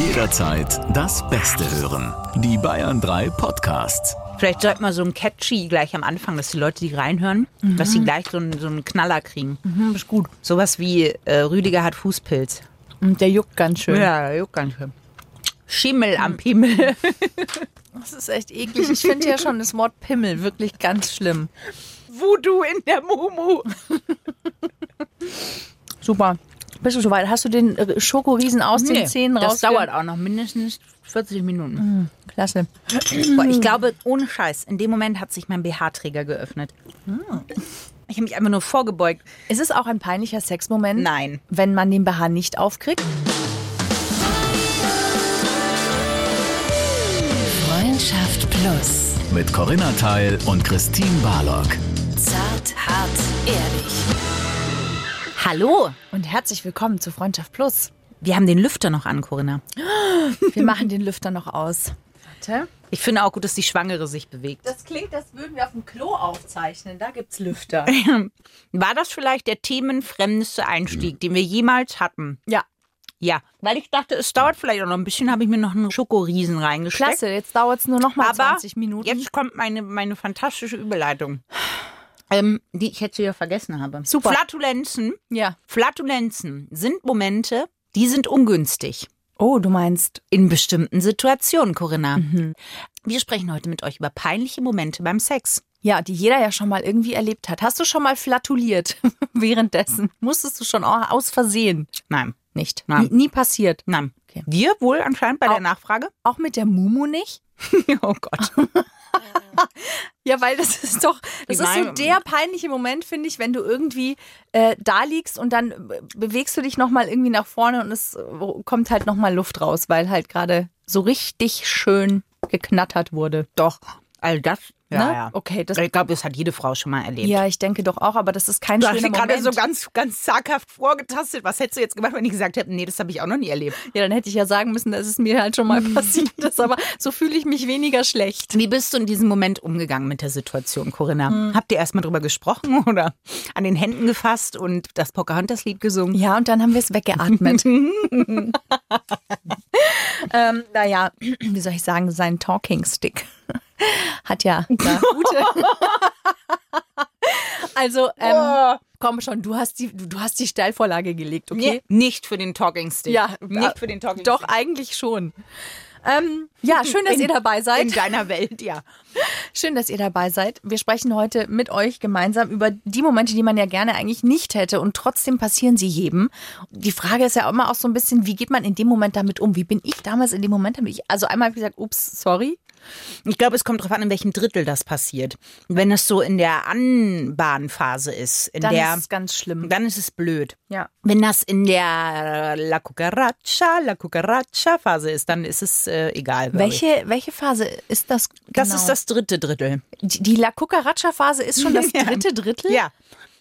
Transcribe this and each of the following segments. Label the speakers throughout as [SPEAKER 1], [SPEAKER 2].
[SPEAKER 1] jederzeit das Beste hören. Die Bayern 3 Podcasts.
[SPEAKER 2] Vielleicht sollte man so ein Catchy gleich am Anfang, dass die Leute, die reinhören, dass sie gleich so einen, so einen Knaller kriegen.
[SPEAKER 3] Mhm, ist gut.
[SPEAKER 2] Sowas wie äh, Rüdiger hat Fußpilz.
[SPEAKER 3] Und der juckt ganz schön.
[SPEAKER 2] Ja, juckt ganz schön. Schimmel am Pimmel.
[SPEAKER 3] Das ist echt eklig. Ich finde ja schon das Wort Pimmel wirklich ganz schlimm.
[SPEAKER 2] Voodoo in der Mumu.
[SPEAKER 3] Super. Bist du soweit? Hast du den äh, Schokoriesen aus den Zähnen raus?
[SPEAKER 2] das dauert auch noch mindestens 40 Minuten.
[SPEAKER 3] Klasse.
[SPEAKER 2] Boah, ich glaube, ohne Scheiß, in dem Moment hat sich mein BH-Träger geöffnet. Oh. Ich habe mich einfach nur vorgebeugt.
[SPEAKER 3] Ist es auch ein peinlicher Sexmoment?
[SPEAKER 2] Nein.
[SPEAKER 3] Wenn man den BH nicht aufkriegt?
[SPEAKER 4] Freundschaft Plus.
[SPEAKER 1] Mit Corinna Teil und Christine Barlock.
[SPEAKER 4] Zart, hart, ehrlich.
[SPEAKER 2] Hallo,
[SPEAKER 3] Und herzlich willkommen zu Freundschaft Plus.
[SPEAKER 2] wir haben den Lüfter noch an, Corinna.
[SPEAKER 3] Wir machen den Lüfter noch aus. Warte.
[SPEAKER 2] Ich finde auch gut, dass die Schwangere sich bewegt.
[SPEAKER 3] Das klingt, als würden wir auf dem Klo aufzeichnen. Da gibt's Lüfter.
[SPEAKER 2] War das vielleicht der themenfremdeste Einstieg, den wir jemals hatten?
[SPEAKER 3] Ja.
[SPEAKER 2] Ja, weil ich dachte, es dauert vielleicht auch noch ein bisschen, habe ich mir noch einen Schokoriesen reingesteckt.
[SPEAKER 3] Klasse, jetzt dauert's nur noch mal
[SPEAKER 2] Aber
[SPEAKER 3] 20 Minuten.
[SPEAKER 2] Jetzt kommt meine, meine fantastische Überleitung, ähm, die ich jetzt wieder vergessen habe.
[SPEAKER 3] Super.
[SPEAKER 2] Flatulenzen,
[SPEAKER 3] Ja.
[SPEAKER 2] Flatulenzen sind Momente, die sind ungünstig.
[SPEAKER 3] Oh, du meinst.
[SPEAKER 2] In bestimmten Situationen, Corinna.
[SPEAKER 3] Mhm.
[SPEAKER 2] Wir sprechen heute mit euch über peinliche Momente beim Sex.
[SPEAKER 3] Ja, die jeder ja schon mal irgendwie erlebt hat. Hast du schon mal flatuliert währenddessen? Musstest du schon au- aus Versehen?
[SPEAKER 2] Nein,
[SPEAKER 3] Nicht.
[SPEAKER 2] Nein.
[SPEAKER 3] Nie, nie passiert.
[SPEAKER 2] nein.
[SPEAKER 3] Okay.
[SPEAKER 2] Wir wohl anscheinend bei
[SPEAKER 3] Au.
[SPEAKER 2] der Nachfrage?
[SPEAKER 3] Auch mit der Mumu nicht?
[SPEAKER 2] oh Gott.
[SPEAKER 3] Ja, weil das ist doch, das
[SPEAKER 2] Ich
[SPEAKER 3] ist so
[SPEAKER 2] meine-
[SPEAKER 3] der peinliche Moment, finde ich, wenn du irgendwie äh, da liegst und dann äh, bewegst du dich nochmal irgendwie nach vorne und es äh, kommt halt nochmal Luft raus, weil halt gerade so richtig schön geknattert wurde. Doch.
[SPEAKER 2] All das?
[SPEAKER 3] ne? Okay, das,
[SPEAKER 2] Ich glaube, das hat jede Frau schon mal erlebt.
[SPEAKER 3] ja, ich denke doch auch, aber das ist kein
[SPEAKER 2] Du hast
[SPEAKER 3] schöner
[SPEAKER 2] mir gerade
[SPEAKER 3] Moment.
[SPEAKER 2] so ganz, ganz zaghaft vorgetastet. Was hättest du jetzt gemacht, wenn ich gesagt hätte, nee, das habe ich auch noch nie erlebt?
[SPEAKER 3] ja, dann hätte ich ja sagen müssen, dass es mir halt schon mal passiert ist, aber so fühle ich mich weniger schlecht.
[SPEAKER 2] Wie bist du in diesem Moment umgegangen mit der Situation, Corinna? Habt ihr erstmal drüber gesprochen oder an den Händen gefasst und das Pocahontas-Lied gesungen?
[SPEAKER 3] Ja, und dann haben wir es weggeatmet. ähm, naja, wie soll ich sagen, sein Talking Stick hat ja da gute. also, ähm, komm schon, du hast die, du, du hast die Steilvorlage gelegt, okay?
[SPEAKER 2] Nee, Nicht für den Talking Stick.
[SPEAKER 3] Ja,
[SPEAKER 2] nicht für den Talking
[SPEAKER 3] Doch,
[SPEAKER 2] Stick.
[SPEAKER 3] eigentlich schon. Ähm, ja, schön, dass
[SPEAKER 2] In-
[SPEAKER 3] ihr dabei
[SPEAKER 2] In
[SPEAKER 3] seid.
[SPEAKER 2] deiner Welt, ja.
[SPEAKER 3] Schön, dass ihr dabei seid. Wir sprechen heute mit euch gemeinsam über die Momente, die man ja gerne eigentlich nicht hätte und trotzdem passieren sie jedem. Die Frage ist ja immer auch so ein bisschen, wie geht man in dem Moment damit um? Wie bin ich damals in dem Moment damit? Ich, also einmal habe ich gesagt, ups, sorry.
[SPEAKER 2] Ich glaube, es kommt darauf an, in welchem Drittel das passiert. Wenn es so in der Anbahnphase ist, in
[SPEAKER 3] Dann
[SPEAKER 2] der,
[SPEAKER 3] ist es ganz schlimm.
[SPEAKER 2] dann ist es blöd.
[SPEAKER 3] Ja.
[SPEAKER 2] Wenn das in der äh, La Cucaracha, La Cucaracha Phase ist, dann ist es äh, egal. glaub Ich.
[SPEAKER 3] Welche, welche Phase ist das?
[SPEAKER 2] Das
[SPEAKER 3] genau?
[SPEAKER 2] ist das dritte Drittel.
[SPEAKER 3] Die, die La Cucaracha-Phase ist schon das
[SPEAKER 2] Ja.
[SPEAKER 3] dritte Drittel?
[SPEAKER 2] Ja.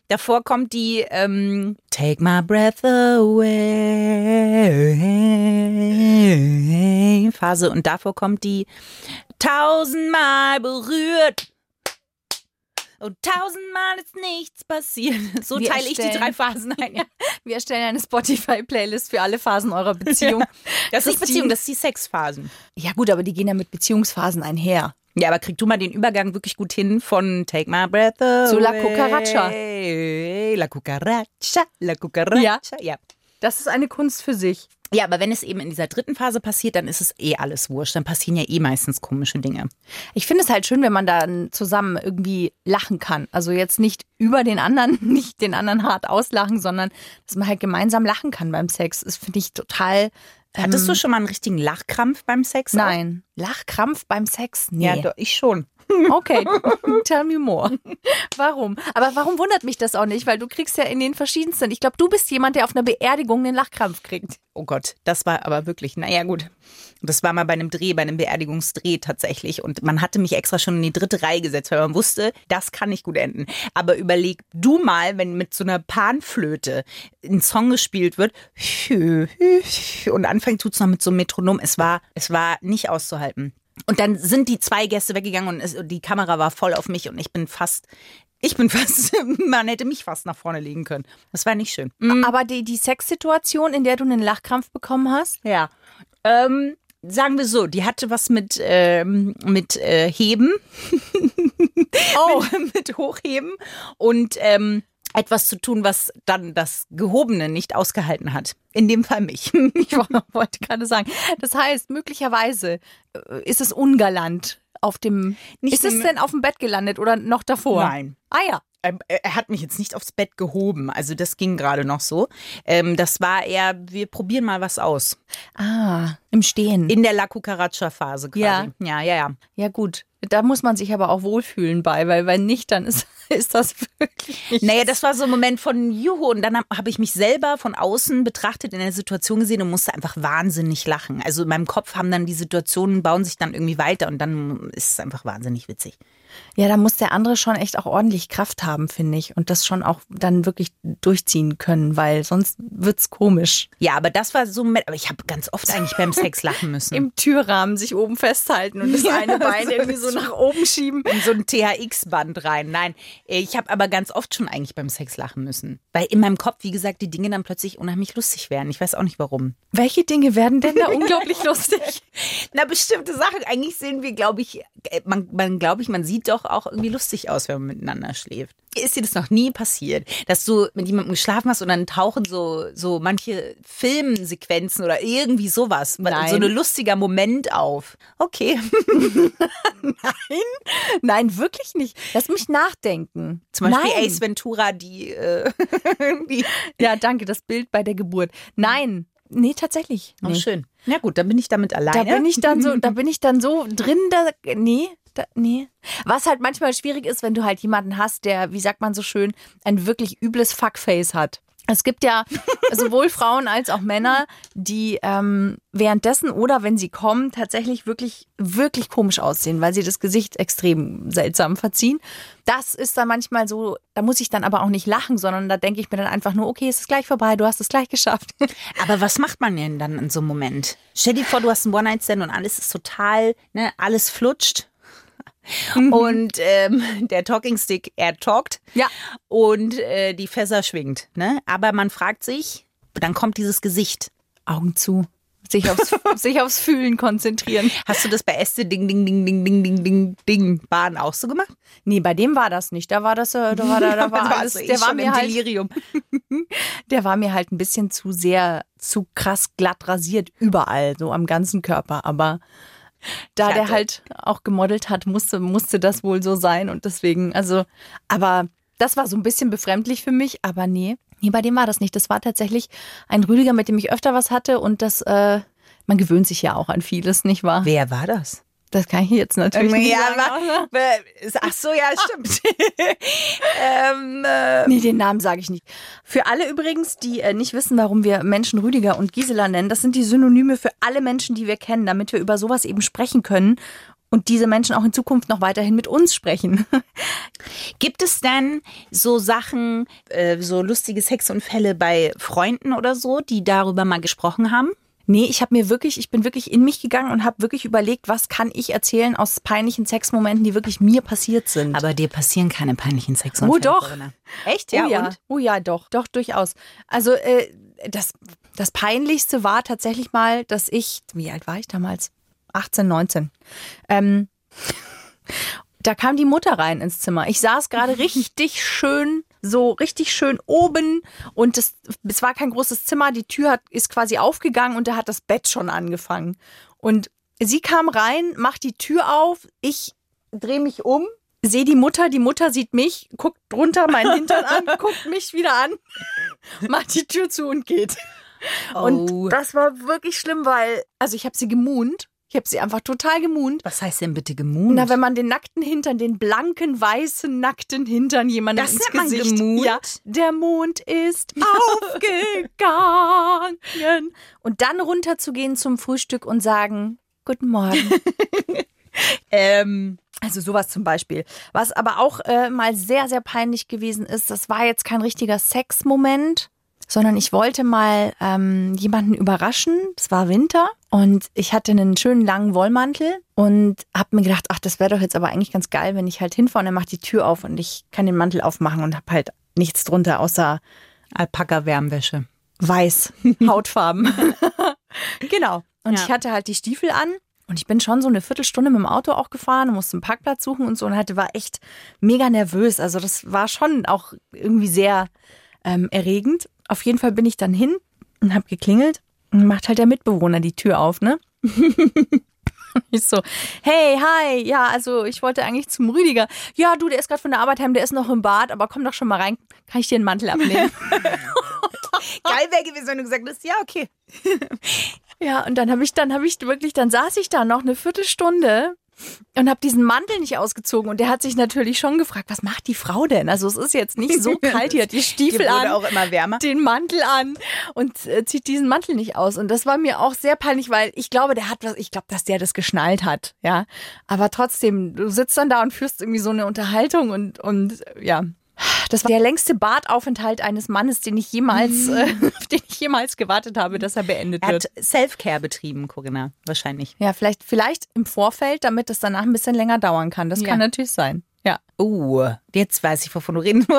[SPEAKER 2] Davor kommt die ähm, Take my breath away Phase und davor kommt die tausendmal berührt und tausendmal ist nichts passiert. So
[SPEAKER 3] Wir
[SPEAKER 2] teile ich die
[SPEAKER 3] erstellen-
[SPEAKER 2] drei Phasen ein. Ja.
[SPEAKER 3] Wir erstellen eine Spotify-Playlist für alle Phasen eurer Beziehung.
[SPEAKER 2] Das ist nicht
[SPEAKER 3] Christine.
[SPEAKER 2] Beziehung, das ist die Sexphasen.
[SPEAKER 3] ja gut, aber die gehen ja mit Beziehungsphasen einher.
[SPEAKER 2] Ja, aber krieg du mal den Übergang wirklich gut hin von Take My Breath Away.
[SPEAKER 3] Zu La Cucaracha.
[SPEAKER 2] La Cucaracha, La Cucaracha.
[SPEAKER 3] Ja.
[SPEAKER 2] ja.
[SPEAKER 3] Das ist eine Kunst für sich.
[SPEAKER 2] Ja, aber wenn es eben in dieser dritten Phase passiert, dann ist es eh alles wurscht. Dann passieren ja eh meistens komische Dinge.
[SPEAKER 3] Ich finde es halt schön, wenn man dann zusammen irgendwie lachen kann. Also jetzt nicht über den anderen, nicht den anderen hart auslachen, sondern dass man halt gemeinsam lachen kann beim Sex. Das finde ich total. ähm,
[SPEAKER 2] Hattest du schon mal einen richtigen Lachkrampf beim Sex? auch?
[SPEAKER 3] Mm. Nein. Lachkrampf beim Sex? Nee.
[SPEAKER 2] Ja, doch, ich schon.
[SPEAKER 3] Okay, tell me more. Warum? Aber warum wundert mich das auch nicht? Weil du kriegst ja in den verschiedensten. Ich glaube, du bist jemand, der auf einer Beerdigung den Lachkrampf kriegt.
[SPEAKER 2] Oh Gott, das war aber wirklich, naja gut. Das war mal bei einem Dreh, bei einem Beerdigungsdreh tatsächlich. Und man hatte mich extra schon in die dritte Reihe gesetzt, weil man wusste, das kann nicht gut enden. Aber überleg du mal, wenn mit so einer Panflöte ein Song gespielt wird und anfängt tut's noch mit so einem Metronom. Es war, es war nicht auszuhalten. Und dann sind die zwei Gäste weggegangen und es, die Kamera war voll auf mich und ich bin fast Ich bin fast, man hätte mich fast nach vorne legen können. Das war nicht schön. Mm,
[SPEAKER 3] Aber die, die Sexsituation, in der du einen Lachkrampf bekommen hast,
[SPEAKER 2] ja. Ähm, sagen wir so, die hatte was mit, ähm, mit äh, Heben. oh. mit, mit Hochheben. Und ähm, etwas zu tun, was dann das Gehobene nicht ausgehalten hat. In dem Fall mich.
[SPEAKER 3] ich wollte gerade sagen, das heißt, möglicherweise äh, ist es ungalant auf dem.
[SPEAKER 2] Nicht
[SPEAKER 3] ist es
[SPEAKER 2] im-
[SPEAKER 3] denn auf dem Bett gelandet oder noch davor?
[SPEAKER 2] Nein.
[SPEAKER 3] Ah ja.
[SPEAKER 2] Ähm, Er er hat mich jetzt nicht aufs Bett gehoben, also das ging gerade noch so. Ähm, das war eher, wir probieren mal was aus.
[SPEAKER 3] Ah, im Stehen.
[SPEAKER 2] In der La Cucaracha-Phase quasi. Ja, ja, ja.
[SPEAKER 3] ja, gut. Da muss man sich aber auch wohlfühlen bei, weil wenn nicht, dann ist, ist das wirklich nicht.
[SPEAKER 2] Naja, das war so ein Moment von Juhu und dann habe hab ich mich selber von außen betrachtet in der Situation gesehen und musste einfach wahnsinnig lachen. Also in meinem Kopf haben dann die Situationen, bauen sich dann irgendwie weiter und dann ist es einfach wahnsinnig witzig.
[SPEAKER 3] Ja, da muss der andere schon echt auch ordentlich Kraft haben, finde ich. Und das schon auch dann wirklich durchziehen können, weil sonst wird's komisch.
[SPEAKER 2] Ja, aber das war so, ein Moment- aber ich habe ganz oft eigentlich beim Sex lachen müssen.
[SPEAKER 3] Im Türrahmen sich oben festhalten und das eine Bein irgendwie so nach oben schieben.
[SPEAKER 2] in so ein THX-Band rein. Nein, ich habe aber ganz oft schon eigentlich beim Sex lachen müssen. Weil in meinem Kopf, wie gesagt, die Dinge dann plötzlich unheimlich lustig werden. Ich weiß auch nicht warum.
[SPEAKER 3] Welche Dinge werden denn da unglaublich lustig?
[SPEAKER 2] Na, bestimmte Sachen. Eigentlich sehen wir, glaube ich, äh, man, man glaube ich, man sieht doch auch irgendwie lustig aus, wenn man miteinander schläft. Ist dir das noch nie passiert, dass du mit jemandem geschlafen hast und dann tauchen so, so manche Filmsequenzen oder irgendwie sowas,
[SPEAKER 3] Nein.
[SPEAKER 2] so ein lustiger Moment auf? Okay.
[SPEAKER 3] Nein, wirklich nicht. Lass mich nachdenken.
[SPEAKER 2] Zum Beispiel
[SPEAKER 3] Nein.
[SPEAKER 2] Ace Ventura, die, äh, die
[SPEAKER 3] Ja, danke, das Bild bei der Geburt. Nein. Nee, tatsächlich.
[SPEAKER 2] Auch
[SPEAKER 3] Nee.
[SPEAKER 2] schön. Na gut, dann bin ich damit
[SPEAKER 3] Oh, Da
[SPEAKER 2] alleine.
[SPEAKER 3] bin ich dann so, da bin ich dann so drin, da, nee, da, nee. Was halt manchmal schwierig ist, wenn du halt jemanden hast, der, wie sagt man so schön, ein wirklich übles Fuckface hat. Es gibt ja sowohl Frauen als auch Männer, die ähm, währenddessen oder wenn sie kommen, tatsächlich wirklich, wirklich komisch aussehen, weil sie das Gesicht extrem seltsam verziehen. Das ist dann manchmal so, da muss ich dann aber auch nicht lachen, sondern da denke ich mir dann einfach nur, okay, es ist gleich vorbei, du hast es gleich geschafft.
[SPEAKER 2] Aber was macht man denn dann in so einem Moment? Stell dir vor, du hast einen One-Night-Stand und alles ist total, ne, alles flutscht. Und ähm, der Talking Stick, er talkt.
[SPEAKER 3] Mhm. Ja.
[SPEAKER 2] Und äh, die Fässer schwingt. Ne? Aber man fragt sich, dann kommt dieses Gesicht.
[SPEAKER 3] Augen zu. Sich aufs, sich aufs Fühlen konzentrieren.
[SPEAKER 2] Hast du das bei Äste Ding, Ding, Ding, Ding, Ding, Ding, Ding, Ding, Bahn auch so gemacht?
[SPEAKER 3] Nee, bei dem war das nicht. Da war das, äh, da war, da, da war alles,
[SPEAKER 2] also ich
[SPEAKER 3] der war
[SPEAKER 2] schon
[SPEAKER 3] mir
[SPEAKER 2] im
[SPEAKER 3] halt,
[SPEAKER 2] Delirium.
[SPEAKER 3] der war mir halt ein bisschen zu sehr, zu krass glatt rasiert überall, so am ganzen Körper. Aber da
[SPEAKER 2] Ich
[SPEAKER 3] der
[SPEAKER 2] hatte-
[SPEAKER 3] halt auch gemodelt hat, musste, musste das wohl so sein und deswegen, also, aber das war so ein bisschen befremdlich für mich, aber nee, nee, bei dem war das nicht. Das war tatsächlich ein Rüdiger, mit dem ich öfter was hatte und das, äh, man gewöhnt sich ja auch an vieles, nicht wahr?
[SPEAKER 2] Wer war das?
[SPEAKER 3] Das kann ich jetzt natürlich nicht
[SPEAKER 2] Ja,
[SPEAKER 3] sagen.
[SPEAKER 2] war, ach so, ja, stimmt. ähm, äh,
[SPEAKER 3] Nee, den Namen sage ich nicht. Für alle übrigens, die äh, nicht wissen, warum wir Menschen Rüdiger und Gisela nennen, das sind die Synonyme für alle Menschen, die wir kennen, damit wir über sowas eben sprechen können und diese Menschen auch in Zukunft noch weiterhin mit uns sprechen.
[SPEAKER 2] Gibt es denn so Sachen, äh, so lustige Sexunfälle bei Freunden oder so, die darüber mal gesprochen haben?
[SPEAKER 3] Nee, ich habe mir wirklich, ich bin wirklich in mich gegangen und habe wirklich überlegt, was kann ich erzählen aus peinlichen Sexmomenten, die wirklich mir passiert sind.
[SPEAKER 2] Aber dir passieren keine peinlichen Sexunfälle.
[SPEAKER 3] Oh, doch.
[SPEAKER 2] Corinna. Echt?
[SPEAKER 3] Ja,
[SPEAKER 2] Ja,
[SPEAKER 3] oh ja,
[SPEAKER 2] und?
[SPEAKER 3] oh ja, doch, doch durchaus. Also äh, das, das peinlichste war tatsächlich mal, dass ich, wie alt war ich damals? 18, 19. Ähm, da kam die Mutter rein ins Zimmer. Ich saß gerade richtig schön, so richtig schön oben und es, es war kein großes Zimmer. Die Tür hat, ist quasi aufgegangen und da hat das Bett schon angefangen. Und sie kam rein, macht die Tür auf, ich drehe mich um, sehe die Mutter, die Mutter sieht mich, guckt drunter meinen Hintern an, guckt mich wieder an, macht die Tür zu und geht.
[SPEAKER 2] Oh.
[SPEAKER 3] Und das war wirklich schlimm, weil, also ich habe sie gemunt. Ich habe sie einfach total gemunt.
[SPEAKER 2] Was heißt denn bitte gemunt?
[SPEAKER 3] Na, wenn man den nackten Hintern, den blanken, weißen, nackten Hintern jemandem
[SPEAKER 2] Das
[SPEAKER 3] ins
[SPEAKER 2] nennt man
[SPEAKER 3] Gesicht.
[SPEAKER 2] gemunt?
[SPEAKER 3] Ja, der Mond ist aufgegangen. Und dann runterzugehen zum Frühstück und sagen, guten Morgen.
[SPEAKER 2] ähm,
[SPEAKER 3] Also sowas zum Beispiel. Was aber auch äh, mal sehr, sehr peinlich gewesen ist, das war jetzt kein richtiger Sexmoment. sondern ich wollte mal ähm, jemanden überraschen. Es war Winter und ich hatte einen schönen langen Wollmantel und habe mir gedacht, ach, das wäre doch jetzt aber eigentlich ganz geil, wenn ich halt hinfahre und er macht die Tür auf und ich kann den Mantel aufmachen und habe halt nichts drunter außer
[SPEAKER 2] Alpaka-Wärmwäsche.
[SPEAKER 3] weiß, Hautfarben. genau. Und
[SPEAKER 2] Ja.
[SPEAKER 3] ich hatte halt die Stiefel an und ich bin schon so eine Viertelstunde mit dem Auto auch gefahren und musste einen Parkplatz suchen und so und hatte war echt mega nervös. Also das war schon auch irgendwie sehr ähm, erregend. Auf jeden Fall bin ich dann hin und habe geklingelt und macht halt der Mitbewohner die Tür auf, ne? Ich so, hey, hi, ja, also ich wollte eigentlich zum Rüdiger. Ja, du, der ist gerade von der Arbeit heim, der ist noch im Bad, aber komm doch schon mal rein, kann ich dir einen Mantel abnehmen?
[SPEAKER 2] Geil wäre gewesen, wenn du gesagt hättest, ja, okay.
[SPEAKER 3] Ja, und dann habe ich, dann habe ich wirklich, dann saß ich da noch eine Viertelstunde und habe diesen Mantel nicht ausgezogen und der hat sich natürlich schon gefragt, was macht die Frau denn? Also es ist jetzt nicht so kalt hier, die
[SPEAKER 2] Die
[SPEAKER 3] Stiefel
[SPEAKER 2] wurde
[SPEAKER 3] an,
[SPEAKER 2] auch immer wärmer.
[SPEAKER 3] den Mantel an und äh, zieht diesen Mantel nicht aus und das war mir auch sehr peinlich, weil ich glaube, der hat was, ich glaube, dass der das geschnallt hat, ja. Aber trotzdem, du sitzt dann da und führst irgendwie so eine Unterhaltung und und äh, ja. Das war der längste Badaufenthalt eines Mannes, den ich jemals, äh, auf den ich jemals gewartet habe, dass er beendet
[SPEAKER 2] Er
[SPEAKER 3] wird.
[SPEAKER 2] hat Self-Care betrieben, Corinna, wahrscheinlich.
[SPEAKER 3] Ja, vielleicht, vielleicht im Vorfeld, damit es danach ein bisschen länger dauern kann. Das
[SPEAKER 2] Ja.
[SPEAKER 3] kann natürlich sein. Ja.
[SPEAKER 2] Oh, jetzt weiß ich, wovon du reden oh.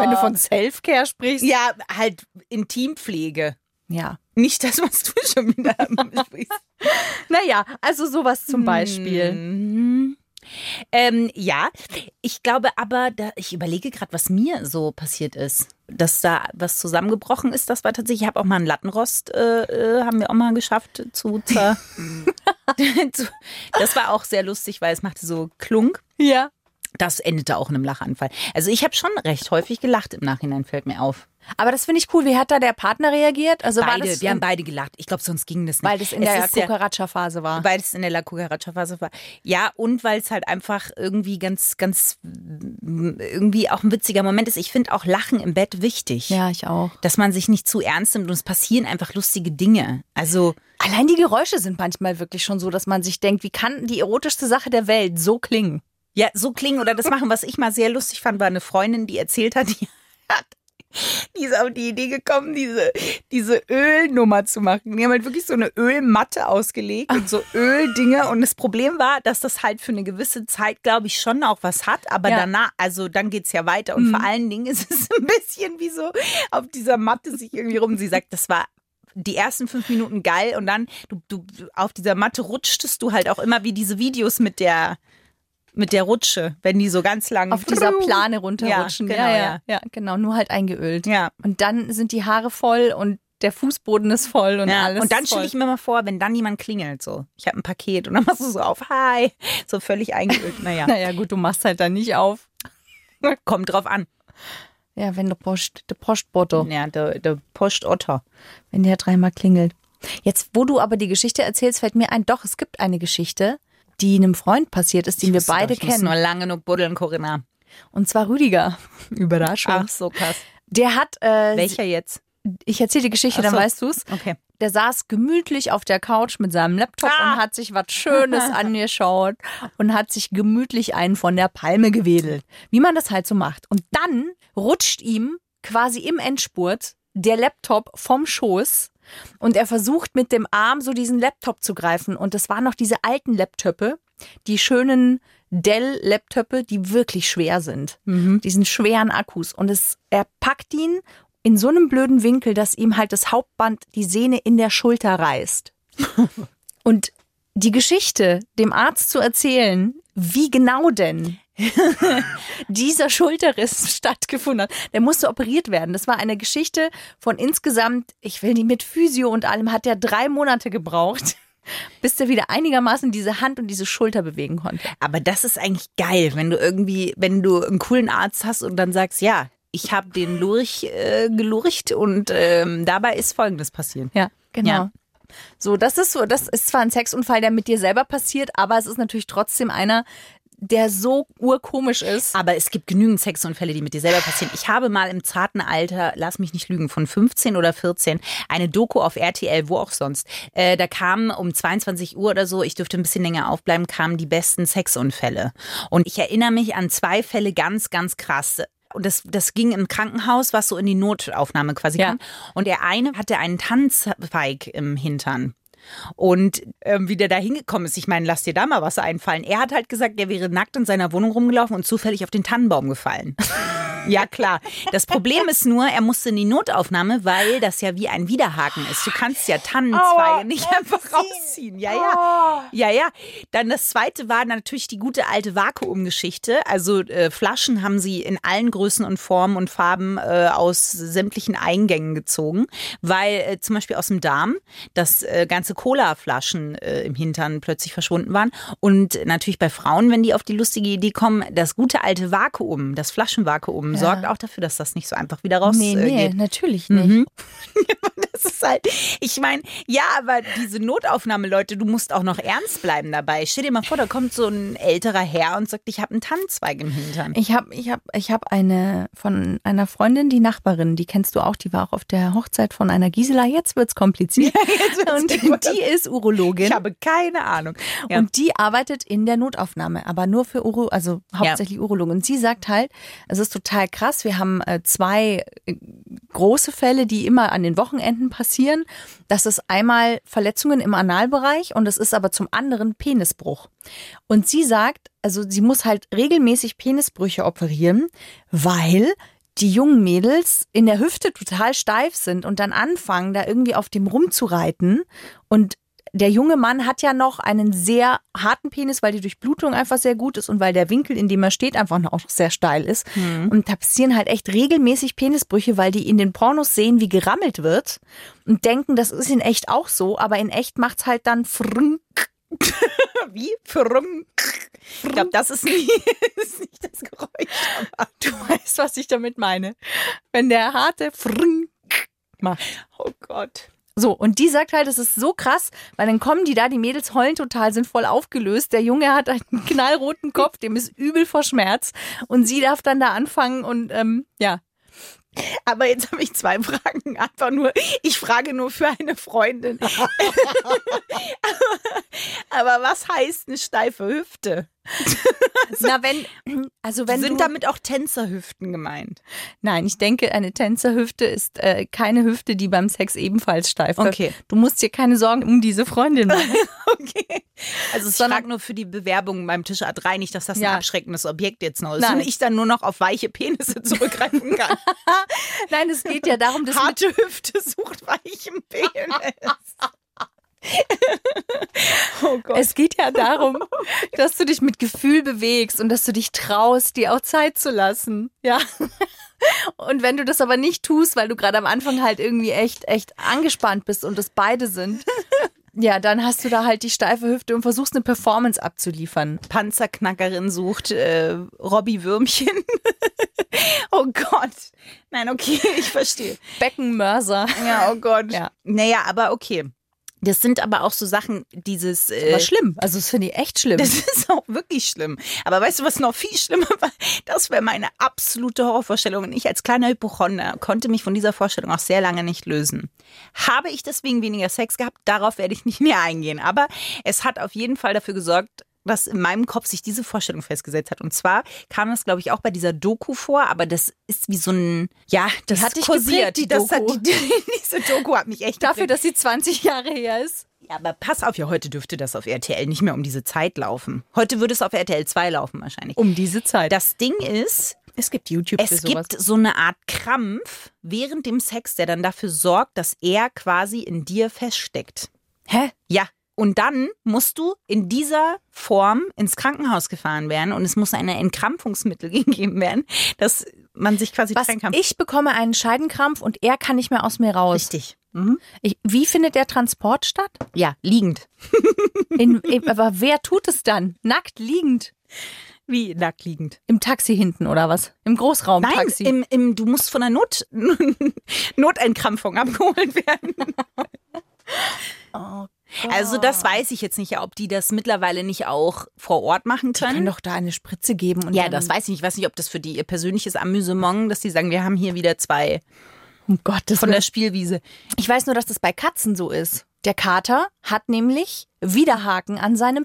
[SPEAKER 3] Wenn du von Selfcare sprichst.
[SPEAKER 2] Ja, halt Intimpflege.
[SPEAKER 3] ja.
[SPEAKER 2] Nicht das, was du schon wieder sprichst.
[SPEAKER 3] Naja, also sowas zum Beispiel.
[SPEAKER 2] Mhm. Ähm, ja, ich glaube aber, da, ich überlege gerade, was mir so passiert ist. Dass da was zusammengebrochen ist, das war tatsächlich, ich habe auch mal einen Lattenrost, äh, äh, haben wir auch mal geschafft zu, zer- zu. Das war auch sehr lustig, weil es machte so Klunk.
[SPEAKER 3] Ja.
[SPEAKER 2] Das endete auch in einem Lachanfall. Also ich habe schon recht häufig gelacht im Nachhinein, fällt mir auf.
[SPEAKER 3] Aber das finde ich cool. Wie hat da der Partner reagiert? Also war
[SPEAKER 2] Beide,
[SPEAKER 3] das,
[SPEAKER 2] wir haben beide gelacht. Ich glaube, sonst ging das nicht.
[SPEAKER 3] weil das in
[SPEAKER 2] Es
[SPEAKER 3] der
[SPEAKER 2] ist ja-
[SPEAKER 3] Cucaracha-Phase war.
[SPEAKER 2] Weil es in der La Cucaracha-Phase war. Ja, und weil es halt einfach irgendwie ganz, ganz, mm, irgendwie auch ein witziger Moment ist. Ich finde auch Lachen im Bett wichtig.
[SPEAKER 3] Ja, ich auch.
[SPEAKER 2] Dass man sich nicht zu ernst nimmt und es passieren einfach lustige Dinge. Also,
[SPEAKER 3] Allein die Geräusche sind manchmal wirklich schon so, dass man sich denkt, wie kann die erotischste Sache der Welt so klingen?
[SPEAKER 2] ja, so klingen oder das machen, was ich mal sehr lustig fand, war eine Freundin, die erzählt hat, die hat. Die ist auf die Idee gekommen, diese, diese Ölnummer zu machen. Die haben halt wirklich so eine Ölmatte ausgelegt und so Öldinge. Und das Problem war, dass das halt für eine gewisse Zeit, glaube ich, schon auch was hat. Aber
[SPEAKER 3] Ja.
[SPEAKER 2] danach, also dann geht es ja weiter. Und vor allen Dingen ist es ein bisschen wie so auf dieser Matte sich irgendwie rum. Sie sagt, das war die ersten fünf Minuten geil. Und dann, du, du, auf dieser Matte rutschtest du halt auch immer wie diese Videos mit der, mit der Rutsche, wenn die so ganz lang
[SPEAKER 3] Auf dieser Plane runterrutschen.
[SPEAKER 2] Ja, genau,
[SPEAKER 3] ja. ja, genau. Nur halt eingeölt.
[SPEAKER 2] Ja.
[SPEAKER 3] Und dann sind die Haare voll und der Fußboden ist voll und
[SPEAKER 2] Ja,
[SPEAKER 3] alles.
[SPEAKER 2] und dann
[SPEAKER 3] ist voll.
[SPEAKER 2] stelle ich mir mal vor, wenn dann jemand klingelt, so, ich habe ein Paket und dann machst du so auf, hi, so völlig eingeölt. Naja,
[SPEAKER 3] Naja, gut, du machst halt dann nicht auf.
[SPEAKER 2] kommt drauf an.
[SPEAKER 3] Ja, wenn der Post, der Postbote,
[SPEAKER 2] Ja, der, der Postotter.
[SPEAKER 3] wenn der dreimal klingelt. Jetzt, wo du aber die Geschichte erzählst, fällt mir ein, doch, es gibt eine Geschichte, die einem Freund passiert ist, den wir
[SPEAKER 2] Wusste
[SPEAKER 3] beide
[SPEAKER 2] doch, ich muss
[SPEAKER 3] kennen.
[SPEAKER 2] nur lange genug buddeln, Corinna.
[SPEAKER 3] Und zwar Rüdiger. Überraschung.
[SPEAKER 2] Ach, so krass.
[SPEAKER 3] Der hat, äh,
[SPEAKER 2] Welcher jetzt?
[SPEAKER 3] ich erzähle die Geschichte,
[SPEAKER 2] Ach so.
[SPEAKER 3] dann weißt du's.
[SPEAKER 2] Okay.
[SPEAKER 3] Der saß gemütlich auf der Couch mit seinem Laptop
[SPEAKER 2] Ah.
[SPEAKER 3] und hat sich was Schönes angeschaut und hat sich gemütlich einen von der Palme gewedelt. Wie man das halt so macht. Und dann rutscht ihm quasi im Endspurt der Laptop vom Schoß und er versucht mit dem Arm so diesen Laptop zu greifen. Und das waren noch diese alten Laptöppe, die schönen Dell-Laptöppe, die wirklich schwer sind. Diesen schweren Akkus. Und es, er packt ihn in so einem blöden Winkel, dass ihm halt das Hauptband die Sehne in der Schulter reißt. Und die Geschichte dem Arzt zu erzählen, wie genau denn dieser Schulterriss stattgefunden hat, der musste operiert werden. Das war eine Geschichte von insgesamt, ich will nicht mit Physio und allem, hat er drei Monate gebraucht, bis er wieder einigermaßen diese Hand und diese Schulter bewegen konnte.
[SPEAKER 2] Aber das ist eigentlich geil, wenn du irgendwie, wenn du einen coolen Arzt hast und dann sagst, ja, ich habe den Lurch äh, gelurcht und ähm, dabei ist Folgendes passiert.
[SPEAKER 3] Ja, genau.
[SPEAKER 2] Ja.
[SPEAKER 3] So, das ist so, das ist zwar ein Sexunfall, der mit dir selber passiert, aber es ist natürlich trotzdem einer, der so urkomisch ist.
[SPEAKER 2] Aber es gibt genügend Sexunfälle, die mit dir selber passieren. Ich habe mal im zarten Alter, lass mich nicht lügen, von 15 oder 14, eine Doku auf RTL, wo auch sonst. Äh, da kamen um 22 Uhr oder so, ich dürfte ein bisschen länger aufbleiben, kamen die besten Sexunfälle. Und ich erinnere mich an zwei Fälle ganz, ganz krass. Und das, das ging im Krankenhaus, was so in die Notaufnahme quasi
[SPEAKER 3] Ja.
[SPEAKER 2] kam. Und der eine hatte einen Tanzpfeig im Hintern. Und ähm, wie der da hingekommen ist, ich meine, lass dir da mal was einfallen. Er hat halt gesagt, er wäre nackt in seiner Wohnung rumgelaufen und zufällig auf den Tannenbaum gefallen. ja, klar. Das Problem ist nur, er musste in die Notaufnahme, weil das ja wie ein Widerhaken ist. Du kannst ja Tannenzweige nicht einfach rausziehen. Ja, ja. Ja, ja. Dann das zweite war natürlich die gute alte Vakuumgeschichte. Also äh, Flaschen haben sie in allen Größen und Formen und Farben äh, aus sämtlichen Eingängen gezogen, weil äh, zum Beispiel aus dem Darm, dass äh, ganze Cola-Flaschen äh, im Hintern plötzlich verschwunden waren. Und natürlich bei Frauen, wenn die auf die lustige Idee kommen, das gute alte Vakuum, das Flaschenvakuum, sorgt auch dafür, dass das nicht so einfach wieder raus
[SPEAKER 3] Nee,
[SPEAKER 2] äh,
[SPEAKER 3] nee,
[SPEAKER 2] geht.
[SPEAKER 3] natürlich nicht.
[SPEAKER 2] Das ist halt, ich meine, ja, aber diese Notaufnahmeleute, du musst auch noch ernst bleiben dabei. Stell dir mal vor, da kommt so ein älterer Herr und sagt, ich habe einen Tannenzweig im Hintern.
[SPEAKER 3] Ich habe ich hab, ich hab eine von einer Freundin, die Nachbarin, die kennst du auch, die war auch auf der Hochzeit von einer Gisela. Jetzt wird's kompliziert. und die ist Urologin.
[SPEAKER 2] Ich habe keine Ahnung. Ja.
[SPEAKER 3] Und die arbeitet in der Notaufnahme, aber nur für Uro, also hauptsächlich Urologen. Und sie sagt halt, es ist total krass. Wir haben äh, zwei äh, große Fälle, die immer an den Wochenenden passieren. Das ist einmal Verletzungen im Analbereich und es ist aber zum anderen Penisbruch. Und sie sagt, also sie muss halt regelmäßig Penisbrüche operieren, weil die jungen Mädels in der Hüfte total steif sind und dann anfangen, da irgendwie auf dem rumzureiten und der junge Mann hat ja noch einen sehr harten Penis, weil die Durchblutung einfach sehr gut ist und weil der Winkel, in dem er steht, einfach noch auch sehr steil ist. Und da passieren halt echt regelmäßig Penisbrüche, weil die in den Pornos sehen, wie gerammelt wird und denken, das ist in echt auch so, aber in echt macht's halt dann frunk.
[SPEAKER 2] wie? Frum. Ich glaube, das ist nicht, ist nicht das Geräusch. aber-
[SPEAKER 3] Du weißt, was ich damit meine. Wenn der harte frunk macht.
[SPEAKER 2] Oh Gott.
[SPEAKER 3] So, und die sagt halt, das ist so krass, weil dann kommen die da, die Mädels heulen total, sind voll aufgelöst. Der Junge hat einen knallroten Kopf, dem ist übel vor Schmerz. Und sie darf dann da anfangen und ähm, ja.
[SPEAKER 2] Aber jetzt habe ich zwei Fragen. Einfach nur, ich frage nur für eine Freundin. aber was heißt eine steife Hüfte?
[SPEAKER 3] Na, wenn, also wenn
[SPEAKER 2] Sind
[SPEAKER 3] du,
[SPEAKER 2] damit auch Tänzerhüften gemeint? Ne,
[SPEAKER 3] Nein, ich denke, eine Tänzerhüfte ist äh, keine Hüfte, die beim Sex ebenfalls steif wird.
[SPEAKER 2] Okay.
[SPEAKER 3] Du musst dir keine Sorgen um diese Freundin machen.
[SPEAKER 2] Okay. Also ich
[SPEAKER 3] Sondern-
[SPEAKER 2] frage nur für die Bewerbung beim Tisch A3 nicht, dass das
[SPEAKER 3] Ja.
[SPEAKER 2] ein abschreckendes Objekt jetzt noch ist
[SPEAKER 3] Nein.
[SPEAKER 2] und ich dann nur noch auf weiche Penisse zurückgreifen kann.
[SPEAKER 3] Nein, es geht ja darum, dass
[SPEAKER 2] Harte Hüfte sucht weichen Penis. oh Gott.
[SPEAKER 3] Es geht ja darum, dass du dich mit Gefühl bewegst und dass du dich traust, dir auch Zeit zu lassen. Ja. Und wenn du das aber nicht tust, weil du gerade am Anfang halt irgendwie echt, echt angespannt bist und das beide sind, ja, dann hast du da halt die steife Hüfte und versuchst eine Performance abzuliefern.
[SPEAKER 2] Panzerknackerin sucht äh, Robby Würmchen. oh Gott. Nein, okay, ich verstehe.
[SPEAKER 3] Beckenmörser.
[SPEAKER 2] Ja, oh Gott.
[SPEAKER 3] Ja.
[SPEAKER 2] Naja, aber okay. Das sind aber auch so Sachen, dieses. Äh,
[SPEAKER 3] War schlimm. Also, das finde ich echt schlimm.
[SPEAKER 2] Das ist auch wirklich schlimm. Aber weißt du, was noch viel schlimmer war? Das wäre meine absolute Horrorvorstellung. Und ich als kleiner Hypochonder konnte mich von dieser Vorstellung auch sehr lange nicht lösen. Habe ich deswegen weniger Sex gehabt? Darauf werde ich nicht mehr eingehen. Aber es hat auf jeden Fall dafür gesorgt, dass in meinem Kopf sich diese Vorstellung festgesetzt hat. Und zwar kam das, glaube ich, auch bei dieser Doku vor, aber das ist wie so ein, ja, das
[SPEAKER 3] hat dich geprägt,
[SPEAKER 2] kursiert.
[SPEAKER 3] die
[SPEAKER 2] das hat,
[SPEAKER 3] Doku.
[SPEAKER 2] die, diese Doku hat mich echt
[SPEAKER 3] Dafür,
[SPEAKER 2] geprägt.
[SPEAKER 3] dass sie 20 Jahre her ist.
[SPEAKER 2] Ja, aber pass auf, ja, heute dürfte das auf RTL nicht mehr um diese Zeit laufen. Heute würde es auf RTL 2 laufen wahrscheinlich.
[SPEAKER 3] Um diese Zeit.
[SPEAKER 2] Das Ding ist,
[SPEAKER 3] es gibt YouTube
[SPEAKER 2] es gibt so eine Art Krampf während dem Sex, der dann dafür sorgt, dass er quasi in dir feststeckt.
[SPEAKER 3] Hä?
[SPEAKER 2] Ja. Und dann musst du in dieser Form ins Krankenhaus gefahren werden und es muss ein Entkrampfungsmittel gegeben werden, dass man sich quasi
[SPEAKER 3] Was,
[SPEAKER 2] trennen kann.
[SPEAKER 3] ich bekomme einen Scheidenkrampf und er kann nicht mehr aus mir raus.
[SPEAKER 2] Richtig.
[SPEAKER 3] Ich, wie findet der Transport statt?
[SPEAKER 2] Ja, liegend.
[SPEAKER 3] In, im- aber wer tut es dann? Nackt liegend
[SPEAKER 2] Wie nackt liegend.
[SPEAKER 3] im Taxi hinten oder was? Im
[SPEAKER 2] Nein,
[SPEAKER 3] Großraumtaxi.
[SPEAKER 2] im, im, du musst von der Not, Notentkrampfung abgeholt werden.
[SPEAKER 3] Oh
[SPEAKER 2] also das weiß ich jetzt nicht, ob die das mittlerweile nicht auch vor Ort machen
[SPEAKER 3] die können
[SPEAKER 2] können.
[SPEAKER 3] doch da eine Spritze geben und
[SPEAKER 2] Ja,
[SPEAKER 3] dann,
[SPEAKER 2] das weiß ich nicht. Ich weiß nicht, ob das für die ihr persönliches Amüsement, dass die sagen, wir haben hier wieder zwei
[SPEAKER 3] Um Gottes
[SPEAKER 2] von
[SPEAKER 3] Willen.
[SPEAKER 2] der Spielwiese.
[SPEAKER 3] Ich weiß nur, dass das bei Katzen so ist. Der Kater hat nämlich Widerhaken an seinem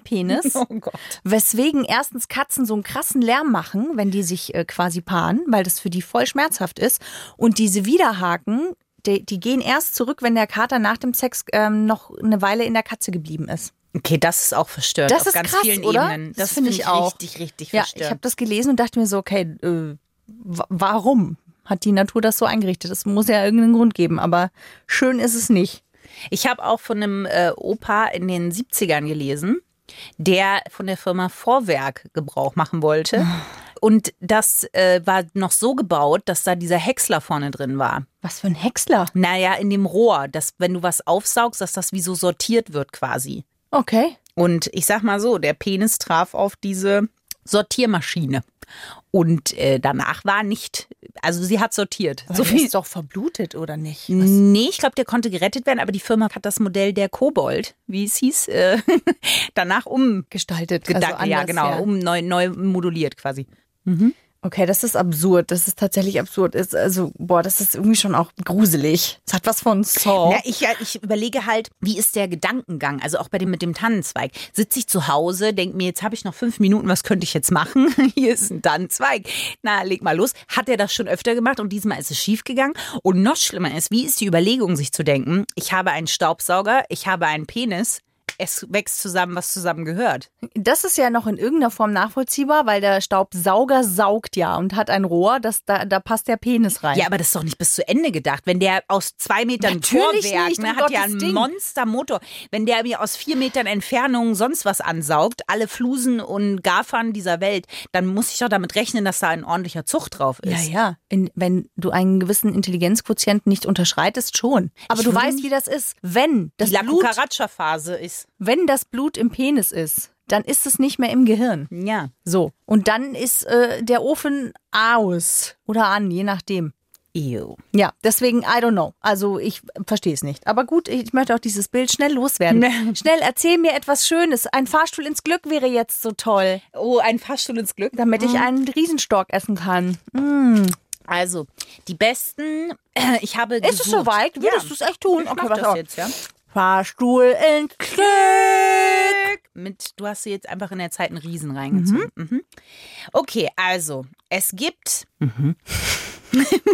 [SPEAKER 3] Penis,
[SPEAKER 2] Oh Gott.
[SPEAKER 3] weswegen erstens Katzen so einen krassen Lärm machen, wenn die sich äh, quasi paaren, weil das für die voll schmerzhaft ist. Und diese Widerhaken, die, die gehen erst zurück, wenn der Kater nach dem Sex ähm, noch eine Weile in der Katze geblieben ist.
[SPEAKER 2] Okay, das ist auch verstört
[SPEAKER 3] Das
[SPEAKER 2] auf
[SPEAKER 3] ist
[SPEAKER 2] ganz
[SPEAKER 3] krass,
[SPEAKER 2] vielen
[SPEAKER 3] oder?
[SPEAKER 2] Ebenen.
[SPEAKER 3] Das finde ich auch.
[SPEAKER 2] richtig, richtig
[SPEAKER 3] Ja, ich habe
[SPEAKER 2] verstört.
[SPEAKER 3] das gelesen und dachte mir so, okay, äh, wa- warum hat die Natur das so eingerichtet? Es muss ja irgendeinen Grund geben, aber schön ist es nicht.
[SPEAKER 2] Ich habe auch von einem äh, Opa in den 70ern gelesen, der von der Firma Vorwerk Gebrauch machen wollte. Und das äh, war noch so gebaut, dass da dieser Häcksler vorne drin war.
[SPEAKER 3] Was für ein Häcksler.
[SPEAKER 2] Naja, in dem Rohr, dass wenn du was aufsaugst, dass das wie so sortiert wird quasi.
[SPEAKER 3] Okay.
[SPEAKER 2] Und ich sag mal so, der Penis traf auf diese Sortiermaschine. Und äh, danach war nicht, also sie hat sortiert. So viel,
[SPEAKER 3] doch verblutet, oder nicht?
[SPEAKER 2] nee, ich glaube, der konnte gerettet werden, aber die Firma hat das Modell der Kobold, wie es hieß, äh, danach umgedacht.
[SPEAKER 3] Gestaltet. also
[SPEAKER 2] ja, genau, um neu, neu moduliert quasi.
[SPEAKER 3] Okay, das ist absurd. Das ist tatsächlich absurd. Ist, also, boah, das ist irgendwie schon auch gruselig. Es hat was von Saw.
[SPEAKER 2] Na, ich, ich überlege halt, wie ist der Gedankengang? Also auch bei dem mit dem Tannenzweig. Sitze ich zu Hause, denke mir, jetzt habe ich noch fünf Minuten, was könnte ich jetzt machen? Hier ist ein Tannenzweig. Na, leg mal los. Hat er das schon öfter gemacht und diesmal ist es schief gegangen? Und noch schlimmer ist, wie ist die Überlegung, sich zu denken, ich habe einen Staubsauger, ich habe einen Penis, es wächst zusammen, was zusammen gehört.
[SPEAKER 3] Das ist ja noch in irgendeiner Form nachvollziehbar, weil der Staubsauger saugt ja und hat ein Rohr, das, da, da passt der Penis rein.
[SPEAKER 2] Ja, aber das ist doch nicht bis zu Ende gedacht. Wenn der aus zwei Metern
[SPEAKER 3] Natürlich
[SPEAKER 2] Vorwerk,
[SPEAKER 3] nicht, um
[SPEAKER 2] ne, hat ja
[SPEAKER 3] Gottes
[SPEAKER 2] einen
[SPEAKER 3] Ding.
[SPEAKER 2] Monstermotor. Wenn der mir aus vier Metern Entfernung sonst was ansaugt, alle Flusen und Gafern dieser Welt, dann muss ich doch damit rechnen, dass da ein ordentlicher Zug drauf
[SPEAKER 3] Ja,
[SPEAKER 2] ist.
[SPEAKER 3] ja. In, wenn du einen gewissen Intelligenzquotienten nicht unterschreitest, schon. Aber du weißt, wie das ist. Wenn das,
[SPEAKER 2] Die La
[SPEAKER 3] Blut,
[SPEAKER 2] Cucaracha-Phase ist,
[SPEAKER 3] wenn das Blut im Penis ist, dann ist es nicht mehr im Gehirn.
[SPEAKER 2] ja.
[SPEAKER 3] So. Und dann ist äh, der Ofen aus oder an, je nachdem.
[SPEAKER 2] Ew.
[SPEAKER 3] Ja, deswegen, I don't know. Also ich verstehe es nicht. Aber gut, ich möchte auch dieses Bild schnell loswerden. schnell erzähl mir etwas Schönes. Ein Fahrstuhl ins Glück wäre jetzt so toll,
[SPEAKER 2] Oh, ein Fahrstuhl ins Glück.
[SPEAKER 3] damit ich einen Riesenstock essen kann.
[SPEAKER 2] Also, die besten, ich habe
[SPEAKER 3] Ist es soweit? Würdest du es echt tun?
[SPEAKER 2] Ich
[SPEAKER 3] Okay,
[SPEAKER 2] mach
[SPEAKER 3] pass
[SPEAKER 2] das
[SPEAKER 3] auf.
[SPEAKER 2] jetzt, ja.
[SPEAKER 3] Fahrstuhl ins Glück.
[SPEAKER 2] mit, du hast dir jetzt einfach in der Zeit einen Riesen reingezogen. Mhm. Okay, also, es gibt.
[SPEAKER 3] Mhm.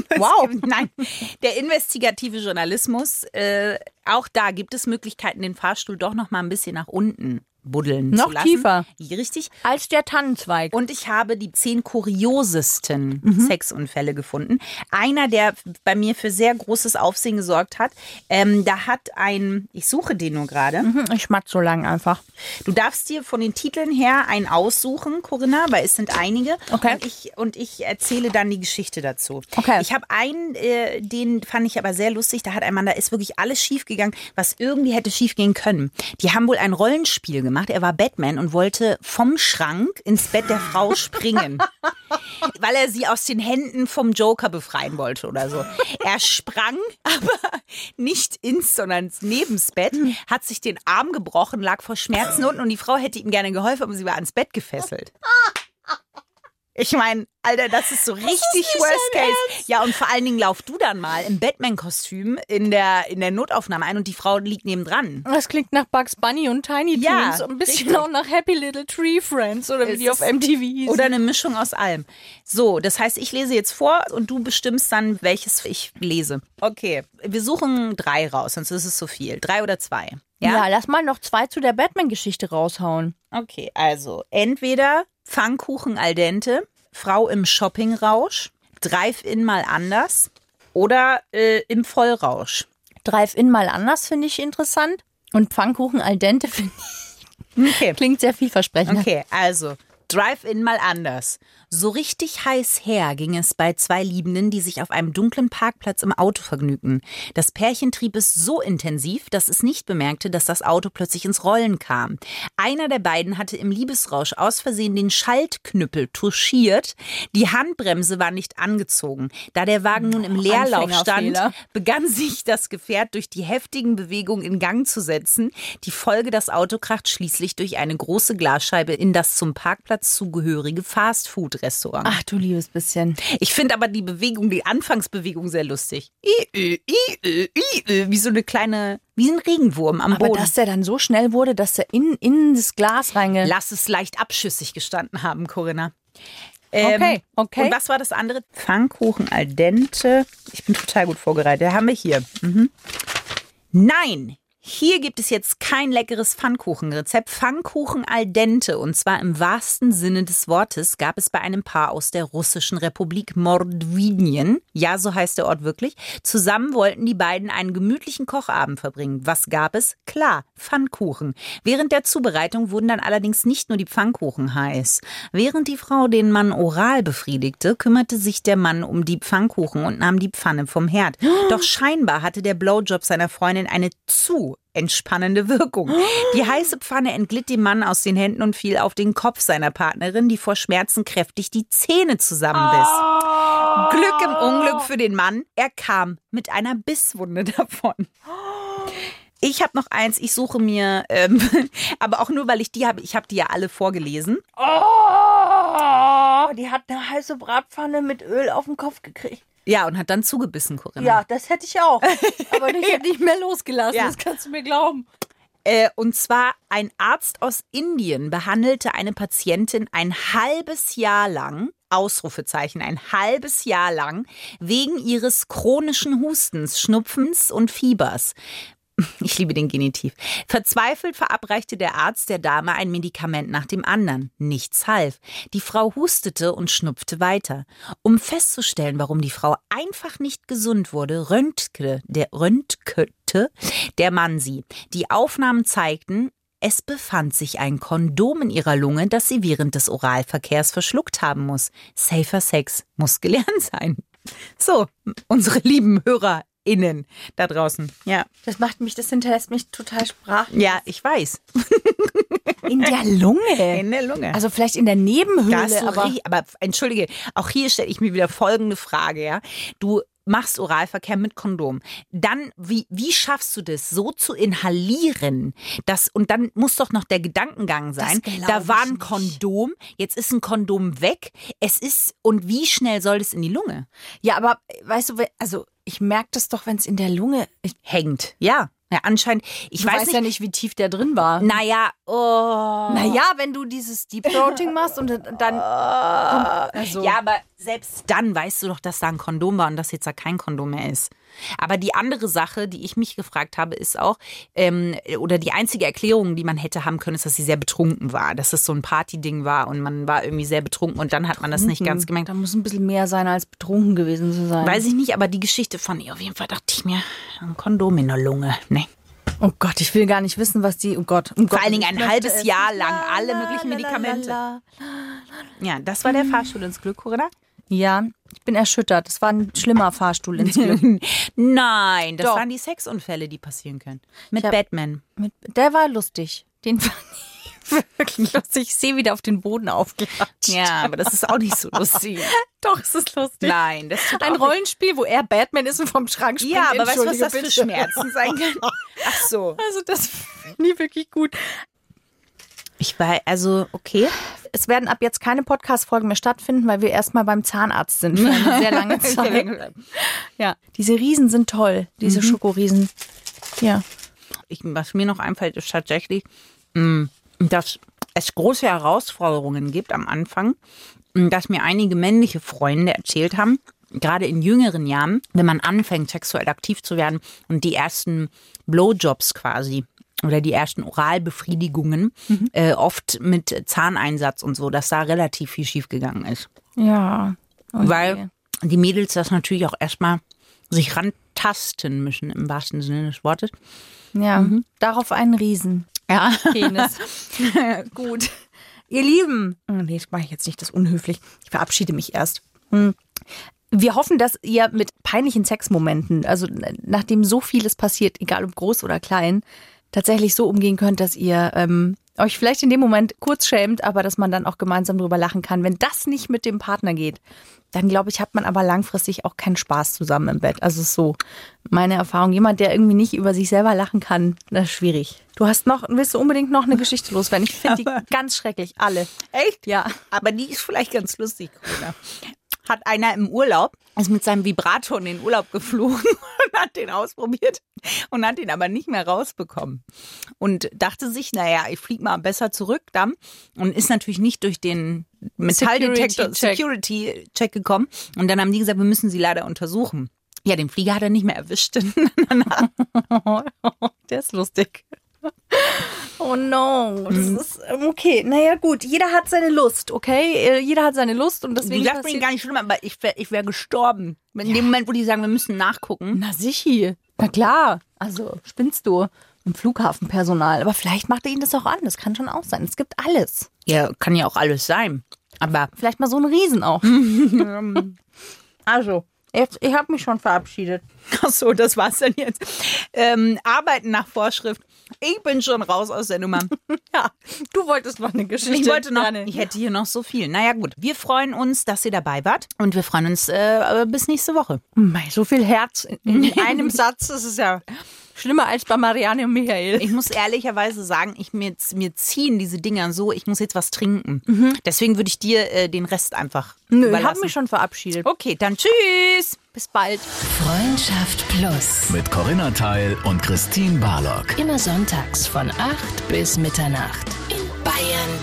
[SPEAKER 2] Es
[SPEAKER 3] Wow.
[SPEAKER 2] Gibt, nein, der investigative Journalismus, äh, auch da gibt es Möglichkeiten, den Fahrstuhl doch noch mal ein bisschen nach unten buddeln zu
[SPEAKER 3] Noch
[SPEAKER 2] lassen.
[SPEAKER 3] tiefer.
[SPEAKER 2] Richtig.
[SPEAKER 3] Als der Tannenzweig.
[SPEAKER 2] Und ich habe die zehn kuriosesten
[SPEAKER 3] Mhm.
[SPEAKER 2] Sexunfälle gefunden. Einer, der bei mir für sehr großes Aufsehen gesorgt hat, ähm, da hat ein, ich suche den nur gerade,
[SPEAKER 3] Hm, Ich schmatz so lang einfach.
[SPEAKER 2] Du darfst dir von den Titeln her einen aussuchen, Corinna, weil es sind einige.
[SPEAKER 3] Okay.
[SPEAKER 2] Und ich, und ich erzähle dann die Geschichte dazu.
[SPEAKER 3] Okay.
[SPEAKER 2] Ich habe einen, äh, den fand ich aber sehr lustig. Da hat ein Mann, da ist wirklich alles schief gegangen, was irgendwie hätte schief gehen können. Die haben wohl ein Rollenspiel gemacht. Er war Batman und wollte vom Schrank ins Bett der Frau springen. weil er sie aus den Händen vom Joker befreien wollte oder so. Er sprang, aber nicht ins, sondern neben's Bett, hat sich den Arm gebrochen, lag vor Schmerzen unten und die Frau hätte ihm gerne geholfen, aber sie war ans Bett gefesselt. Ich meine, Alter, das ist so richtig Worst Case. Ja, und vor allen Dingen lauf du dann mal im Batman-Kostüm in der, in der Notaufnahme ein und die Frau liegt nebendran.
[SPEAKER 3] Das klingt nach Bugs Bunny und Tiny Toons.
[SPEAKER 2] Ja,
[SPEAKER 3] und ein bisschen
[SPEAKER 2] richtig.
[SPEAKER 3] auch nach Happy Little Tree Friends oder wie
[SPEAKER 2] Es
[SPEAKER 3] die auf
[SPEAKER 2] ist-
[SPEAKER 3] MTV hießen.
[SPEAKER 2] Oder eine Mischung aus allem. So, das heißt, ich lese jetzt vor und du bestimmst dann, welches ich lese. Okay, wir suchen drei raus, sonst ist es zu viel. Drei oder zwei.
[SPEAKER 3] ja.
[SPEAKER 2] Ja,
[SPEAKER 3] lass mal noch zwei zu der Batman-Geschichte raushauen.
[SPEAKER 2] okay. Also, entweder Pfannkuchen al dente, Frau im Shoppingrausch, Drive-In mal anders oder äh, im Vollrausch.
[SPEAKER 3] Drive-In mal anders finde ich interessant. Und Pfannkuchen al dente finde ich,
[SPEAKER 2] Okay.
[SPEAKER 3] klingt sehr vielversprechend.
[SPEAKER 2] Okay, also Drive-In mal anders. So richtig heiß her ging es bei zwei Liebenden, die sich auf einem dunklen Parkplatz im Auto vergnügten. Das Pärchen trieb es so intensiv, dass es nicht bemerkte, dass das Auto plötzlich ins Rollen kam. Einer der beiden hatte im Liebesrausch aus Versehen den Schaltknüppel touchiert. Die Handbremse war nicht angezogen. Da der Wagen nun im Leerlauf stand,
[SPEAKER 3] Anfängerfehler.
[SPEAKER 2] begann sich das Gefährt durch die heftigen Bewegungen in Gang zu setzen. Die Folge, das Auto kracht schließlich durch eine große Glasscheibe in das zum Parkplatz zugehörige Fastfood-Restaurant.
[SPEAKER 3] Ach du liebes bisschen.
[SPEAKER 2] Ich finde aber die Bewegung, die Anfangsbewegung sehr lustig. I, ö, i, ö, i, ö, wie so eine kleine Wie ein Regenwurm am
[SPEAKER 3] Aber
[SPEAKER 2] Boden.
[SPEAKER 3] dass der dann so schnell wurde, dass er in, in das Glas reinge...
[SPEAKER 2] Lass es leicht abschüssig gestanden haben, Corinna.
[SPEAKER 3] Okay, okay.
[SPEAKER 2] Ähm, Und was war das andere? Pfannkuchen al dente. Ich bin total gut vorbereitet. Den Haben wir hier. Mhm. Nein, hier gibt es jetzt kein leckeres Pfannkuchenrezept. Pfannkuchen al dente. Und zwar im wahrsten Sinne des Wortes gab es bei einem Paar aus der russischen Republik Mordwinien, ja, so heißt der Ort wirklich, zusammen wollten die beiden einen gemütlichen Kochabend verbringen. Was gab es? Klar, Pfannkuchen. Während der Zubereitung wurden dann allerdings nicht nur die Pfannkuchen heiß. Während die Frau den Mann oral befriedigte, kümmerte sich der Mann um die Pfannkuchen und nahm die Pfanne vom Herd. Doch scheinbar hatte der Blowjob seiner Freundin eine zu entspannende Wirkung. Die heiße Pfanne entglitt dem Mann aus den Händen und fiel auf den Kopf seiner Partnerin, die vor Schmerzen kräftig die Zähne zusammenbiss. Glück im Unglück für den Mann, er kam mit einer Bisswunde davon. Ich habe noch eins, ich suche mir, ähm, aber auch nur, weil ich die habe, ich habe die ja alle vorgelesen.
[SPEAKER 5] Oh, die hat eine heiße Bratpfanne mit Öl auf den Kopf gekriegt.
[SPEAKER 2] Ja, und hat dann zugebissen,
[SPEAKER 3] Genau.
[SPEAKER 2] Corinna.
[SPEAKER 5] Ja, das hätte ich auch. Aber ich hätte nicht mehr losgelassen,
[SPEAKER 2] Ja.
[SPEAKER 5] das kannst du mir glauben.
[SPEAKER 2] Äh, und zwar ein Arzt aus Indien behandelte eine Patientin ein halbes Jahr lang, Ausrufezeichen, ein halbes Jahr lang, wegen ihres chronischen Hustens, Schnupfens und Fiebers. Ich liebe den Genitiv. Verzweifelt verabreichte der Arzt der Dame ein Medikament nach dem anderen. Nichts half. Die Frau hustete und schnupfte weiter. Um festzustellen, warum die Frau einfach nicht gesund wurde, röntgte der, röntgte der Mann sie. Die Aufnahmen zeigten, es befand sich ein Kondom in ihrer Lunge, das sie während des Oralverkehrs verschluckt haben muss. Safer Sex muss gelernt sein. So, unsere lieben HörerInnen da draußen. Ja.
[SPEAKER 3] Das macht mich, das hinterlässt mich total sprach.
[SPEAKER 2] Ja, ich weiß.
[SPEAKER 3] In der Lunge.
[SPEAKER 2] der Lunge. Also
[SPEAKER 3] Also vielleicht in der Nebenhöhle,
[SPEAKER 2] das so
[SPEAKER 3] aber...
[SPEAKER 2] aber, aber entschuldige, auch hier stelle ich mir wieder folgende Frage, ja? Du machst Oralverkehr mit Kondom. Dann wie wie schaffst du das so zu inhalieren? Das und dann muss doch noch der Gedankengang sein.
[SPEAKER 3] Das glaub
[SPEAKER 2] Da war
[SPEAKER 3] ich
[SPEAKER 2] ein
[SPEAKER 3] nicht.
[SPEAKER 2] Kondom, jetzt ist ein Kondom weg. Es ist und wie schnell soll es in die Lunge?
[SPEAKER 3] Ja, aber weißt du, we- also ich merke das doch, wenn es in der Lunge. Ich
[SPEAKER 2] Hängt. Ja. Ja, anscheinend, ich
[SPEAKER 3] du
[SPEAKER 2] weiß
[SPEAKER 3] weißt
[SPEAKER 2] nicht.
[SPEAKER 3] ja nicht, wie tief der drin war.
[SPEAKER 2] Naja, oh.
[SPEAKER 3] Naja, wenn du dieses Deep Throating machst und dann. also,
[SPEAKER 2] Ja, aber selbst dann weißt du doch, dass da ein Kondom war und dass jetzt da kein Kondom mehr ist. Aber die andere Sache, die ich mich gefragt habe, ist auch, ähm, oder die einzige Erklärung, die man hätte haben können, ist, dass sie sehr betrunken war. Dass es so ein Partyding war und man war irgendwie sehr betrunken und dann hat man das nicht ganz gemerkt.
[SPEAKER 3] da muss ein bisschen mehr sein, als betrunken gewesen zu sein.
[SPEAKER 2] Weiß ich nicht, aber die Geschichte von ihr, auf jeden Fall dachte ich mir, ein Kondom in der Lunge. ne? Nee.
[SPEAKER 3] oh Gott, ich will gar nicht wissen, was die. Oh Gott, um
[SPEAKER 2] Vor allen
[SPEAKER 3] Gott,
[SPEAKER 2] Dingen
[SPEAKER 3] ich
[SPEAKER 2] ein
[SPEAKER 3] möchte
[SPEAKER 2] halbes
[SPEAKER 3] es.
[SPEAKER 2] Jahr lang alle möglichen Medikamente.
[SPEAKER 3] La, la, la.
[SPEAKER 2] Ja, das war der Fahrstuhl ins Glück, Corinna.
[SPEAKER 3] Ja, ich bin erschüttert. Das war ein schlimmer Fahrstuhl ins Glück.
[SPEAKER 2] Nein, das
[SPEAKER 3] Doch.
[SPEAKER 2] waren die Sexunfälle, die passieren können. Mit
[SPEAKER 3] Ich hab-
[SPEAKER 2] Batman.
[SPEAKER 3] Mit- der war lustig. Den fand ich wirklich lustig. Ich sehe wieder auf den Boden aufgeklatscht.
[SPEAKER 2] Ja, aber das ist auch nicht so lustig.
[SPEAKER 3] Doch, es ist lustig.
[SPEAKER 2] Nein, das tut
[SPEAKER 3] Ein
[SPEAKER 2] auch nicht-
[SPEAKER 3] Rollenspiel, wo er Batman ist und vom Schrank springt.
[SPEAKER 2] Ja, aber weißt du, was
[SPEAKER 3] Entschuldige
[SPEAKER 2] das für
[SPEAKER 3] bitte.
[SPEAKER 2] Schmerzen sein können? Ach so.
[SPEAKER 3] Also das finde ich wirklich gut.
[SPEAKER 2] Ich war also okay.
[SPEAKER 3] Es werden ab jetzt keine Podcast-Folgen mehr stattfinden, weil wir erstmal beim Zahnarzt sind für eine sehr lange Zeit. ja. Diese Riesen sind toll, diese Schokoriesen. Ja.
[SPEAKER 2] Ich, was mir noch einfällt, ist tatsächlich, mh, dass es große Herausforderungen gibt am Anfang, mh, dass mir einige männliche Freunde erzählt haben, gerade in jüngeren Jahren, wenn man anfängt, sexuell aktiv zu werden und die ersten Blowjobs quasi oder die ersten Oralbefriedigungen äh, oft mit Zahneinsatz und so, dass da relativ viel schiefgegangen ist.
[SPEAKER 3] Ja. Okay.
[SPEAKER 2] Weil die Mädels das natürlich auch erstmal sich rantasten müssen, im wahrsten Sinne des Wortes.
[SPEAKER 3] Ja. Darauf einen Riesen.
[SPEAKER 2] Ja.
[SPEAKER 3] Penis. Gut. Ihr Lieben. Oh, Nee, das mache ich jetzt nicht, das ist unhöflich. Ich verabschiede mich erst. Hm. Wir hoffen, dass ihr mit peinlichen Sexmomenten, also n- nachdem so vieles passiert, egal ob groß oder klein, tatsächlich so umgehen könnt, dass ihr ähm, euch vielleicht in dem Moment kurz schämt, aber dass man dann auch gemeinsam drüber lachen kann. Wenn das nicht mit dem Partner geht, dann glaube ich, hat man aber langfristig auch keinen Spaß zusammen im Bett. Also ist so meine Erfahrung. Jemand, der irgendwie nicht über sich selber lachen kann, das ist schwierig. Du hast noch, willst du unbedingt noch eine Geschichte loswerden? Ich finde die ganz schrecklich, alle.
[SPEAKER 2] Echt?
[SPEAKER 3] Ja.
[SPEAKER 2] Aber die ist vielleicht ganz lustig, Corinna. Hat einer im Urlaub, ist mit seinem Vibrator in den Urlaub geflogen und hat den ausprobiert und hat ihn aber nicht mehr rausbekommen. Und dachte sich, naja, ich fliege mal besser zurück dann und ist natürlich nicht durch den Metalldetektor
[SPEAKER 3] Security-Check.
[SPEAKER 2] Security-Check gekommen. Und dann haben die gesagt, wir müssen sie leider untersuchen. Ja, den Flieger hat er nicht mehr erwischt. Der ist lustig. Mhm.
[SPEAKER 3] Oh no, das ist ähm, okay. Naja, gut, jeder hat seine Lust, okay? Äh, Jeder hat seine Lust und
[SPEAKER 2] Deswegen du
[SPEAKER 3] deswegen.
[SPEAKER 2] sagst mir
[SPEAKER 3] passiert-
[SPEAKER 2] gar nicht schlimm, aber ich wäre ich wär gestorben. In dem Moment, wo die sagen, wir müssen nachgucken.
[SPEAKER 3] Na sichi. Na klar. Also spinnst du im Flughafenpersonal. Aber vielleicht macht er ihnen das auch an. Das kann schon auch sein. Es gibt alles.
[SPEAKER 2] Ja, kann ja auch alles sein. Aber
[SPEAKER 3] Vielleicht mal so einen Riesen auch.
[SPEAKER 5] Also, jetzt, ich habe mich schon verabschiedet.
[SPEAKER 2] Ach so, das war's dann jetzt. Ähm, arbeiten nach Vorschrift. Ich bin schon raus aus der Nummer.
[SPEAKER 3] ja, du wolltest noch eine Geschichte.
[SPEAKER 2] Ich wollte noch,
[SPEAKER 3] Daniel.
[SPEAKER 2] ich hätte hier noch so viel. Naja gut, wir freuen uns, dass ihr dabei wart und wir freuen uns äh, bis nächste Woche.
[SPEAKER 3] Hm, Mei, so viel Herz in in einem Satz. Das ist ja schlimmer als bei Marianne und Michael.
[SPEAKER 2] Ich muss ehrlicherweise sagen, ich mir, mir ziehen diese Dinger so, ich muss jetzt was trinken. Deswegen würde ich dir äh, den Rest einfach
[SPEAKER 3] Ich habe
[SPEAKER 2] überlassen.
[SPEAKER 3] Mhm. mich schon verabschiedet.
[SPEAKER 2] okay, dann tschüss.
[SPEAKER 3] Bis bald.
[SPEAKER 4] Freundschaft Plus.
[SPEAKER 1] Mit Corinna Teil und Christine Barlock.
[SPEAKER 4] Immer sonntags von 8 bis Mitternacht. In Bayern